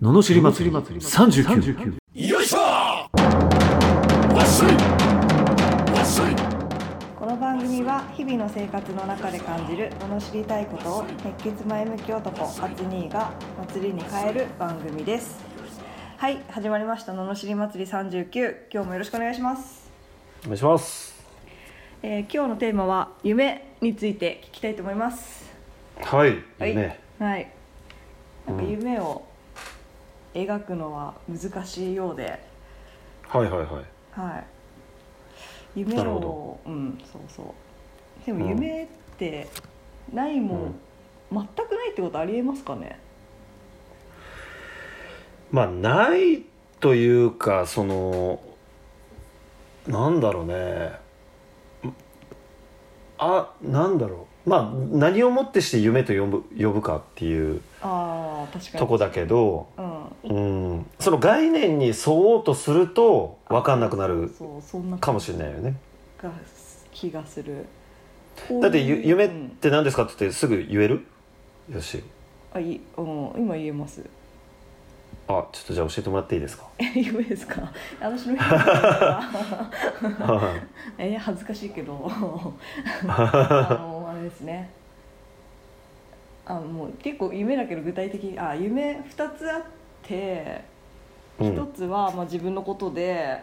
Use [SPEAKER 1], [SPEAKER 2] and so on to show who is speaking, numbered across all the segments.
[SPEAKER 1] ののしり祭り39
[SPEAKER 2] よいしょわっしょいわっしょい
[SPEAKER 3] この番組は日々の生活の中で感じる罵りたいことを熱血前向き男アツニーが祭りに変える番組ですはい始まりました罵り祭り39今日もよろしくお願いします、
[SPEAKER 4] お願いします
[SPEAKER 3] えー今日のテーマは夢について聞きたいと思います
[SPEAKER 4] はい
[SPEAKER 3] はい
[SPEAKER 4] ね
[SPEAKER 3] はいなんか夢を描くのは難しいようで
[SPEAKER 4] はいはいはい
[SPEAKER 3] はい夢
[SPEAKER 4] なるほ
[SPEAKER 3] をうんそうそうで
[SPEAKER 4] う
[SPEAKER 3] も
[SPEAKER 4] ん
[SPEAKER 3] 夢ってないもん、全くないってことありえますかね
[SPEAKER 4] まあないというかそのなんだろうねあなんだろうまあ何をもってして夢と呼ぶ呼ぶかっていう
[SPEAKER 3] ああ確かに
[SPEAKER 4] とこだけど、
[SPEAKER 3] うん
[SPEAKER 4] うん、その概念に沿おうとすると分かんなくなる
[SPEAKER 3] そうそんな
[SPEAKER 4] かもしれないよね
[SPEAKER 3] が気がする
[SPEAKER 4] だってゆ夢っ
[SPEAKER 3] うん
[SPEAKER 4] て何ですかって言ってすぐ言えるよし
[SPEAKER 3] あいうん今言えます
[SPEAKER 4] あちょっとじゃあ教えてもらっていいですか
[SPEAKER 3] 夢ですか 私の夢は
[SPEAKER 4] はい
[SPEAKER 3] えー恥ずかしいけ どあのあれですねあもう結構夢だけど具体的にあ夢2つあって
[SPEAKER 4] う
[SPEAKER 3] 一
[SPEAKER 4] ん
[SPEAKER 3] つは、まあ、自分のことで、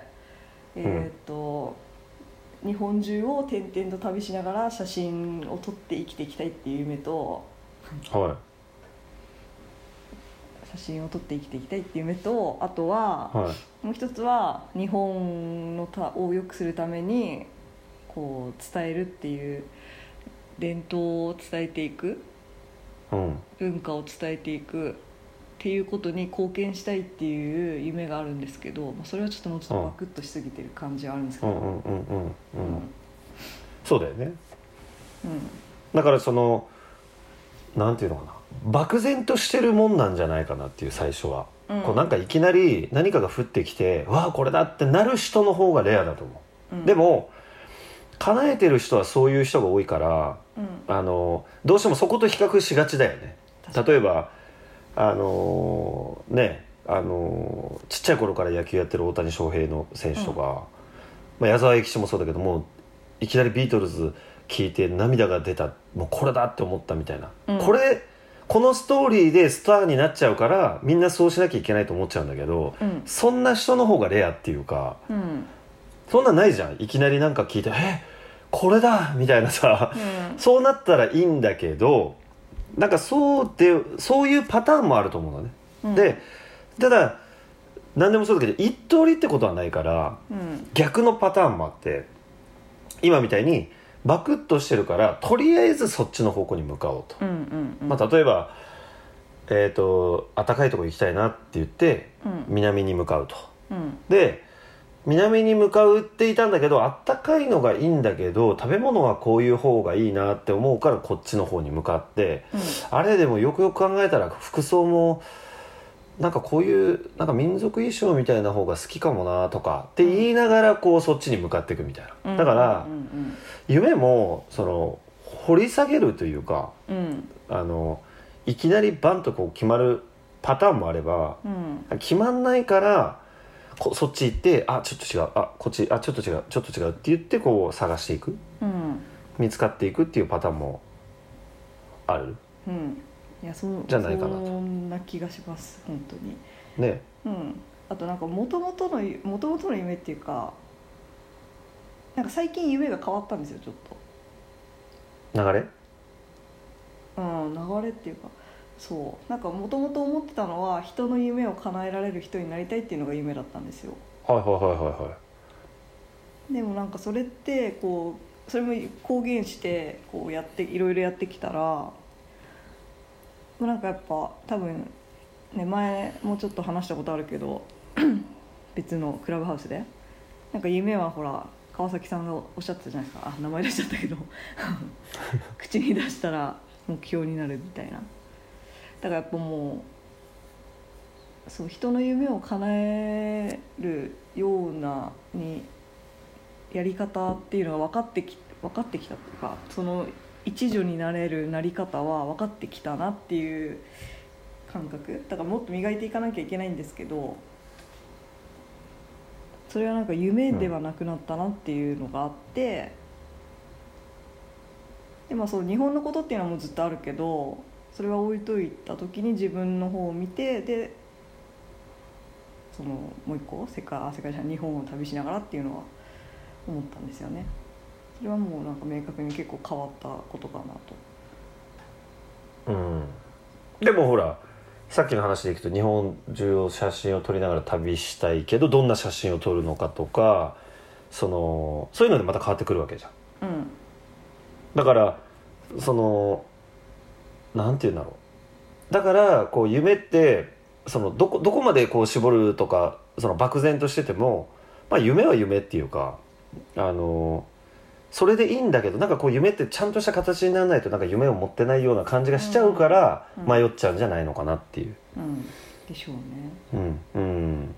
[SPEAKER 3] えー、と日本中を転々と旅しながら写真を撮って生きていきたいっていう夢と
[SPEAKER 4] は
[SPEAKER 3] 写真を撮って生きていきたいっていう夢とあとは、
[SPEAKER 4] いはい
[SPEAKER 3] もう一つは日本のたを良くするためにこう伝えるっていう伝統を伝えていく
[SPEAKER 4] うん
[SPEAKER 3] 文化を伝えていくっていうことに貢献したいっていう夢があるんですけど、まあ、それはちょっともうちょっとバクッとしすぎてる感じはあるんですけ
[SPEAKER 4] う
[SPEAKER 3] ど。
[SPEAKER 4] んうんうんうんう
[SPEAKER 3] うん
[SPEAKER 4] んそうだよね
[SPEAKER 3] うん
[SPEAKER 4] だからそのなんていうのかな漠然としてるもんなんじゃないかなっていう最初は、
[SPEAKER 3] うん
[SPEAKER 4] こうなんかいきなり何かが降ってきてわあこれだってなる人の方がレアだと思
[SPEAKER 3] う
[SPEAKER 4] う、
[SPEAKER 3] ん
[SPEAKER 4] でも叶えてる人はそういう人が多いから
[SPEAKER 3] うん
[SPEAKER 4] あのどうしてもそこと比較しがちだよね
[SPEAKER 3] 確
[SPEAKER 4] 例えばあのーねあのーちっちゃい頃から野球やってる大谷翔平の選手とか、まあ、矢沢永吉もそうだけどもういきなりビートルズ聞いて涙が出たもうこれだって思ったみたいな、
[SPEAKER 3] うん
[SPEAKER 4] これこのストーリーでスターになっちゃうからみんなそうしなきゃいけないと思っちゃうんだけど
[SPEAKER 3] うん
[SPEAKER 4] そんな人の方がレアっていうか
[SPEAKER 3] うん
[SPEAKER 4] そんなんないじゃんいきなりなんか聞いて「えこれだ!」みたいなさ
[SPEAKER 3] うん
[SPEAKER 4] そうなったらいいんだけどなんかそうでそういうパターンもあると思うのね、
[SPEAKER 3] うん
[SPEAKER 4] でただ何でもそうだけど一通りってことはないから
[SPEAKER 3] うん
[SPEAKER 4] 逆のパターンもあって今みたいにバクッとしてるからとりあえずそっちの方向に向かおうと、
[SPEAKER 3] うんうんうん
[SPEAKER 4] まあ、例えば、えー、と暖かいとこ行きたいなって言って
[SPEAKER 3] うん
[SPEAKER 4] 南に向かうと
[SPEAKER 3] うん
[SPEAKER 4] で南に向かうっていたんだけどあったかいのがいいんだけど食べ物はこういう方がいいなって思うからこっちの方に向かってあれでもよくよく考えたら服装もなんかこういうなんか民族衣装みたいな方が好きかもなとかって言いながらこうそっちに向かっていくみたい
[SPEAKER 3] うん
[SPEAKER 4] なだから
[SPEAKER 3] うんうん
[SPEAKER 4] 夢もその掘り下げるというか
[SPEAKER 3] うん
[SPEAKER 4] あのいきなりバンとこう決まるパターンもあれば
[SPEAKER 3] うん
[SPEAKER 4] 決まんないからこそっち行ってあちょっと違うあこっちあちょっと違うちょっと違うって言ってこう探していく
[SPEAKER 3] うん
[SPEAKER 4] 見つかっていくっていうパターンもある
[SPEAKER 3] うんいやそう
[SPEAKER 4] じゃないかなと
[SPEAKER 3] そんな気がします本当に
[SPEAKER 4] ね
[SPEAKER 3] うんあとなんか元々の元々の夢っていうかなんか最近夢が変わったんですよちょっ
[SPEAKER 4] 流れ
[SPEAKER 3] とうん流れっていうかそうなんか元々思ってたのは人の夢を叶えられる人になりたいっていうのが夢だったんですよ
[SPEAKER 4] はいはいはいはいはい
[SPEAKER 3] でもなんかそれってこうそれも公言してこうやっていろいろやってきたらもうなんかやっぱ多分ね前もうちょっと話したことあるけど 別のクラブハウスでなんか夢はほら川崎さんがおっしゃってたじゃないですかあ名前出しちゃったけど 口に出したら目標になるみたいなだからやっぱもうそう人の夢を叶えるようなにやり方っていうのが分かってき分かってきたというかその一助になれるなり方は分かってきたなっていう感覚だからもっと磨いていかなきゃいけないんですけどそれはなんか夢ではなくなったなっていうのがあって、でまあそう日本のことっていうのはもうずっとあるけどそれは置いといた時に自分の方を見てでそのもう一個世界あ世界じゃない日本を旅しながらっていうのは思ったんですよね。それはもうなんか明確に結構変わったことかなと。
[SPEAKER 4] うん、でもほらさっきの話でいくと日本中を写真を撮りながら旅したいけどどんな写真を撮るのかとかそのそういうのでまた変わってくるわけじゃん
[SPEAKER 3] うん
[SPEAKER 4] だからそのなんて言うんだろうだからこう夢ってそのどこどこまでこう絞るとかその漠然としてても、まあ、夢は夢っていうかあのそれでいいんだけどなんかこう夢ってちゃんとした形にならないとなんか夢を持ってないような感じがしちゃうから
[SPEAKER 3] うん
[SPEAKER 4] 迷っちゃうんじゃないのかなっていう。
[SPEAKER 3] うん、でしょうね。
[SPEAKER 4] うんうん
[SPEAKER 3] うん、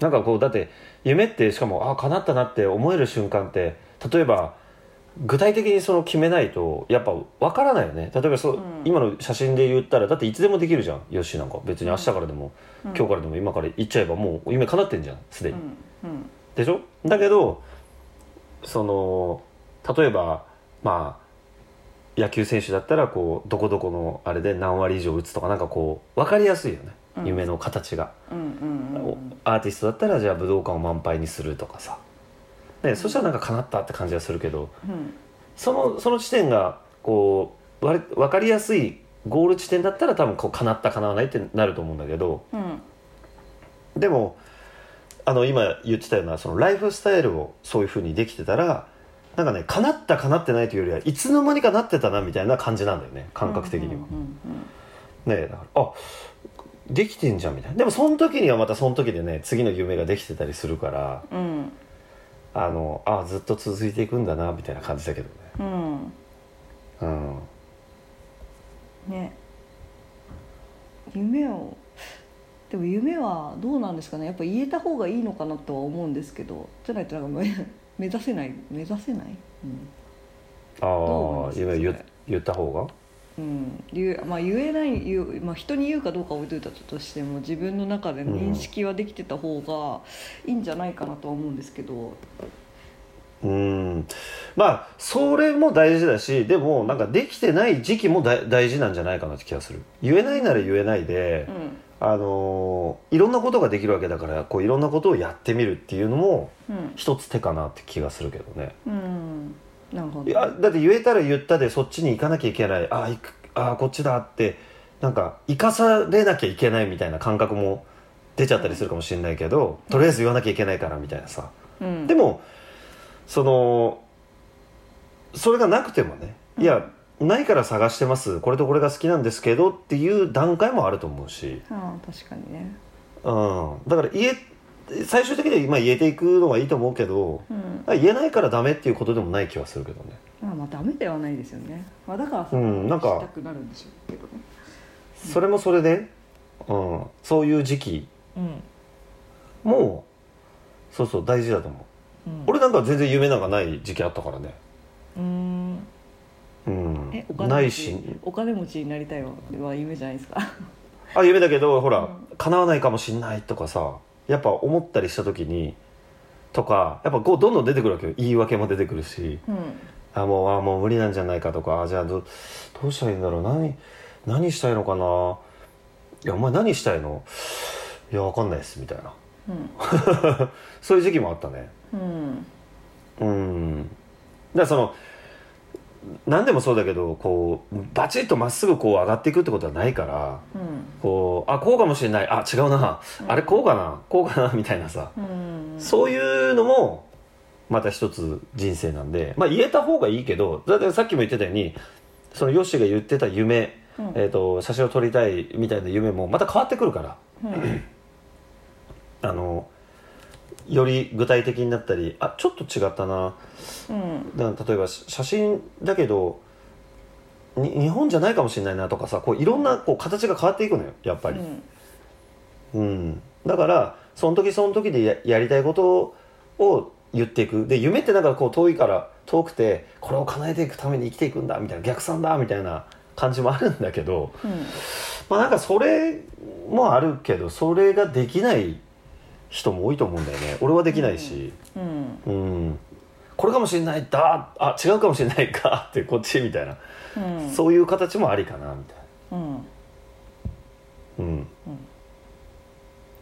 [SPEAKER 4] なんかこうだって夢ってしかもあ叶ったなって思える瞬間って例えば具体的にその決めないとやっぱわからないよね例えばそう、
[SPEAKER 3] うん
[SPEAKER 4] 今の写真で言ったらだっていつでもできるじゃんよしなんか別に明日からでも、今日からでも今から行っちゃえばもう夢叶ってんじゃんすで
[SPEAKER 3] う
[SPEAKER 4] に、
[SPEAKER 3] んうん
[SPEAKER 4] でしょだけどその例えばまあ野球選手だったらこうどこどこのあれで何割以上打つとかなんかこう分かりやすいよね、
[SPEAKER 3] うん
[SPEAKER 4] 夢の形が。
[SPEAKER 3] うんうんうん
[SPEAKER 4] おアーティストだったらじゃあ武道館を満杯にするとかさ、ね、そしたらなんか叶ったって感じがするけど
[SPEAKER 3] うん
[SPEAKER 4] そのその地点がこうわれ分かりやすいゴール地点だったら多分こう叶った叶わないってなると思うんだけど
[SPEAKER 3] うん
[SPEAKER 4] でもあの今言ってたようなそのライフスタイルをそういうふうにできてたらなんかね叶った叶ってないというよりはいつの間にかなってたなみたいな感じなんだよね感覚的には。
[SPEAKER 3] うん
[SPEAKER 4] ねだからあできてんじゃんみたいなでもその時にはまたその時でね次の夢ができてたりするから
[SPEAKER 3] うんうん
[SPEAKER 4] あのあずっと続いていくんだなみたいな感じだけどね
[SPEAKER 3] うんうん
[SPEAKER 4] うん
[SPEAKER 3] ね夢をでも夢はどうなんですかねやっぱ言えた方がいいのかなとは思うんですけどじゃないとなんか目 目指せない目指せない、
[SPEAKER 4] あ
[SPEAKER 3] 思
[SPEAKER 4] あ
[SPEAKER 3] います
[SPEAKER 4] 夢言
[SPEAKER 3] それ
[SPEAKER 4] 言った方が
[SPEAKER 3] うんうん言うまあ、言えない言う、まあ、人に言うかどうかは置いといたとしても自分の中での認識はできてた方がいいんじゃないかなとは思うんですけど、
[SPEAKER 4] うんまあそれも大事だしでもなんかできてない時期もだ大事なんじゃないかなって気がする言えないなら言えないで
[SPEAKER 3] う、ん
[SPEAKER 4] あのーいろんなことができるわけだからこういろんなことをやってみるっていうのも
[SPEAKER 3] うん、
[SPEAKER 4] 一つ手かなって気がするけどね
[SPEAKER 3] うんなるほど
[SPEAKER 4] いやだって言えたら言ったでそっちに行かなきゃいけないああ行くああこっちだってなんか生かされなきゃいけないみたいな感覚も出ちゃったりするかもしれないけど、とりあえず言わなきゃいけないからみたいなさ、
[SPEAKER 3] うん、
[SPEAKER 4] でもそのそれがなくてもねいやないから探してますこれとこれが好きなんですけどっていう段階もあると思うし、
[SPEAKER 3] ああ確かにね
[SPEAKER 4] うん、だから言え最終的には今言えていくのがいいと思うけど
[SPEAKER 3] うん
[SPEAKER 4] 言えないからダメっていうことでもない気はするけどね。
[SPEAKER 3] まあまあダメではないですよね、まあ、だからさ、
[SPEAKER 4] うんなんか
[SPEAKER 3] したくなるんでしょうけどね
[SPEAKER 4] それもそれで、うん、そういう時期
[SPEAKER 3] うん
[SPEAKER 4] もそうそう大事だと思う、
[SPEAKER 3] うん
[SPEAKER 4] 俺なんか全然夢なんかない時期あったからね、
[SPEAKER 3] うん
[SPEAKER 4] うん
[SPEAKER 3] えお、金持ち
[SPEAKER 4] ないし
[SPEAKER 3] お金持ちになりたいは夢じゃないですか
[SPEAKER 4] あ夢だけどほら、
[SPEAKER 3] うん
[SPEAKER 4] 叶わないかもしんないとかさやっぱ思ったりした時にとかやっぱこうどんどん出てくるわけよ言い訳も出てくるし
[SPEAKER 3] うん
[SPEAKER 4] あもうあもう無理なんじゃないかとかあじゃあどどうしたらいいんだろう何何したいのかないやお前何したいのいやわかんないですみたいなそういう時期もあったね、
[SPEAKER 3] うんうん
[SPEAKER 4] うん、だからその何でもそうだけどこうバチッとまっすぐこう上がっていくってことはないから
[SPEAKER 3] うん
[SPEAKER 4] こうあこうかもしれないあ違うなあれこうかなこうかなみたいなさ
[SPEAKER 3] うん
[SPEAKER 4] そういうのもまた一つ人生なんで、まあ、言えた方がいいけどだってさっきも言ってたようにそのヨッシーが言ってた夢、
[SPEAKER 3] うん
[SPEAKER 4] えー、と写真を撮りたいみたいな夢もまた変わってくるから。
[SPEAKER 3] うん
[SPEAKER 4] あのより具体的になったりあちょっと違ったな
[SPEAKER 3] うん
[SPEAKER 4] だから例えばし写真だけどに日本じゃないかもしれないなとかさこういろんなこう形が変わっていくのよやっぱり、うんだからその時その時でややりたいことを言っていくで夢ってなんかこう遠いから遠くてこれを叶えていくために生きていくんだみたいな逆算だみたいな感じもあるんだけど、
[SPEAKER 3] うん
[SPEAKER 4] まあ、なんかそれもあるけどそれができない人も多いと思うんだよね俺はできないし、
[SPEAKER 3] うん
[SPEAKER 4] うんこれかもしれないだあ違うかもしれないか ってこっちみたいな、
[SPEAKER 3] うん
[SPEAKER 4] そういう形もありかなみたい
[SPEAKER 3] うん
[SPEAKER 4] なうん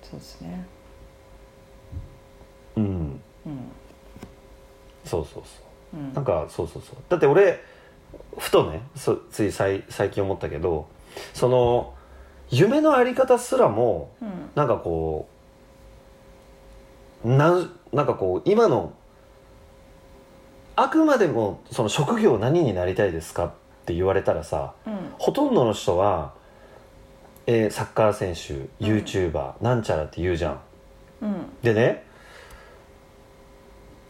[SPEAKER 3] そうですね
[SPEAKER 4] うん
[SPEAKER 3] うん
[SPEAKER 4] そうそうそう
[SPEAKER 3] うん
[SPEAKER 4] なんかそうそうそうだって俺ふとねそつい最最近思ったけどその夢のあり方すらも
[SPEAKER 3] うん
[SPEAKER 4] なんかこうなんなんかこう今のあくまでもその職業何になりたいですかって言われたらさ
[SPEAKER 3] うん
[SPEAKER 4] ほとんどの人は、えーサッカー選手 YouTuber、なんちゃらって言うじゃん。
[SPEAKER 3] うん
[SPEAKER 4] でね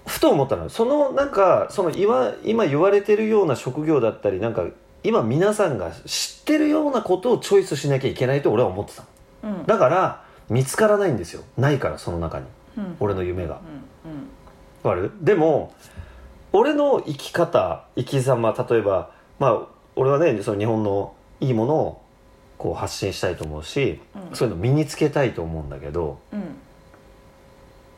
[SPEAKER 4] ふと思ったのそのなんかその今今言われてるような職業だったりなんか今皆さんが知ってるようなことをチョイスしなきゃいけないと俺は思ってたの
[SPEAKER 3] うん
[SPEAKER 4] だから見つからないんですよないからその中に
[SPEAKER 3] うん
[SPEAKER 4] 俺の夢が
[SPEAKER 3] うん
[SPEAKER 4] わかるでも俺の生き方生き様例えばまあ俺はねその日本のいいものをこう発信したいと思うし、
[SPEAKER 3] うん
[SPEAKER 4] そういうの身につけたいと思うんだけど、
[SPEAKER 3] うん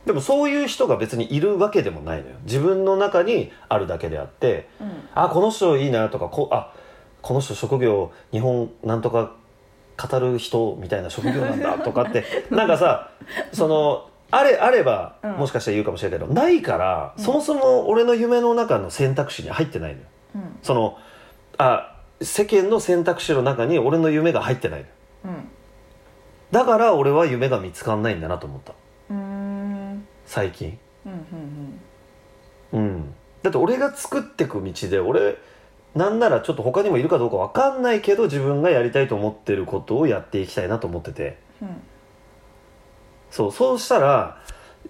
[SPEAKER 4] でもそういう人が別にいるわけでもないのよ自分の中にあるだけであって
[SPEAKER 3] うん
[SPEAKER 4] あこの人いいなとかこあこの人職業日本なんとか語る人みたいな職業なんだとかって なんかさそのあれあれば
[SPEAKER 3] うん
[SPEAKER 4] もしかしたら言うかもしれないけど、ないからそもそも俺の夢の中の選択肢に入ってないのよ
[SPEAKER 3] うん
[SPEAKER 4] そのあ世間の選択肢の中に俺の夢が入ってないの
[SPEAKER 3] うん
[SPEAKER 4] だから俺は夢が見つかんないんだなと思った
[SPEAKER 3] うーん
[SPEAKER 4] 最近
[SPEAKER 3] うんうん
[SPEAKER 4] うん、だって俺が作ってく道で俺なんならちょっと他にもいるかどうか分かんないけど自分がやりたいと思ってることをやっていきたいなと思ってて
[SPEAKER 3] うん
[SPEAKER 4] そうそうしたら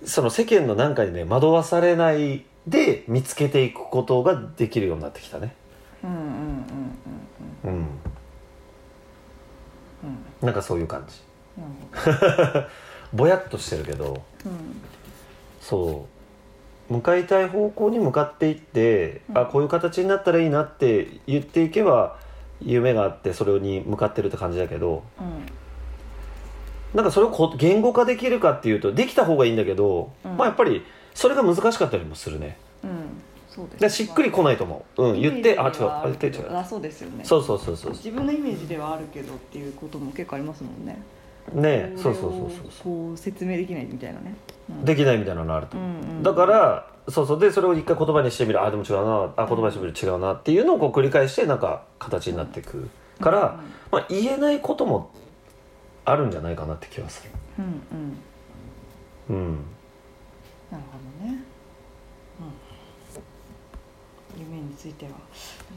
[SPEAKER 4] その世間のなんかにね惑わされないで見つけていくことができるようになってきたね。
[SPEAKER 3] うんうんうん
[SPEAKER 4] うん
[SPEAKER 3] うんうん
[SPEAKER 4] なんかそういう感じ
[SPEAKER 3] なるほ
[SPEAKER 4] ぼやっとしてるけど
[SPEAKER 3] どうん
[SPEAKER 4] そう向かいたい方向に向かっていって、
[SPEAKER 3] うん
[SPEAKER 4] あこういう形になったらいいなって言っていけば夢があってそれに向かってるって感じだけど
[SPEAKER 3] うん
[SPEAKER 4] なんかそれをこう言語化できるかっていうとできた方がいいんだけど、
[SPEAKER 3] うん
[SPEAKER 4] まあやっぱりそれが難しかったりもするね
[SPEAKER 3] うんそうです
[SPEAKER 4] でしっくりこないと思う、うん、言ってあ違うあ言って違う
[SPEAKER 3] あそうですよね
[SPEAKER 4] そうそうそうそう
[SPEAKER 3] 自分のイメージではあるけどっていうことも結構ありますもんね
[SPEAKER 4] ねそうそう
[SPEAKER 3] れ
[SPEAKER 4] そ
[SPEAKER 3] を
[SPEAKER 4] うそうそ
[SPEAKER 3] こう説明できないみたいなね、うん
[SPEAKER 4] うできないみたいなのあると
[SPEAKER 3] う、んうん、
[SPEAKER 4] だからそうそうでそれを一回言葉にしてみるあでも違うなあ言葉にしてみる違うなっていうのをこう繰り返してなんか形になっていくから、まあ、言えないこともあるんじゃないかなって気がす
[SPEAKER 3] うんうん
[SPEAKER 4] るうん
[SPEAKER 3] なるほどね、うん、夢については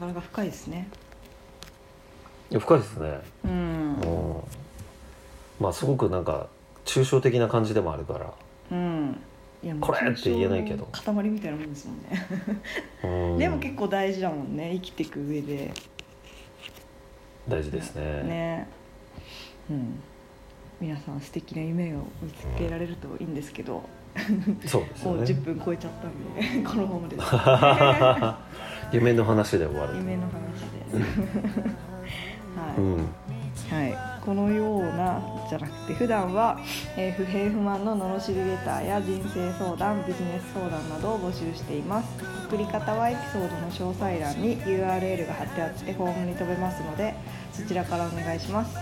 [SPEAKER 3] なかなか深いですね
[SPEAKER 4] いや深いですね
[SPEAKER 3] うん
[SPEAKER 4] うんまあすごくなんか抽象的な感じでもあるから
[SPEAKER 3] うんいやもう
[SPEAKER 4] これって言えないけど
[SPEAKER 3] 緊張の塊みたいなもんですもんね、
[SPEAKER 4] うん
[SPEAKER 3] でも結構大事だもんね生きていく上で
[SPEAKER 4] 大事ですね
[SPEAKER 3] ねうん皆さん素敵な夢を見つけられるといいんですけど
[SPEAKER 4] そうです
[SPEAKER 3] も
[SPEAKER 4] よ
[SPEAKER 3] う10
[SPEAKER 4] ね
[SPEAKER 3] 分超えちゃったんで このま まです
[SPEAKER 4] 夢の話で終わる
[SPEAKER 3] 夢の話です はい、
[SPEAKER 4] うん
[SPEAKER 3] はい、このようなじゃなくて普段は、えー不平不満の罵りレターや人生相談ビジネス相談などを募集しています送り方はエピソードの詳細欄に URL が貼ってあってフォームに飛べますのでそちらからお願いします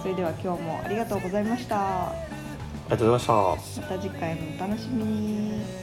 [SPEAKER 3] それでは今日もありがとうございましたま
[SPEAKER 4] ありがとうございました
[SPEAKER 3] た次回もお楽しみに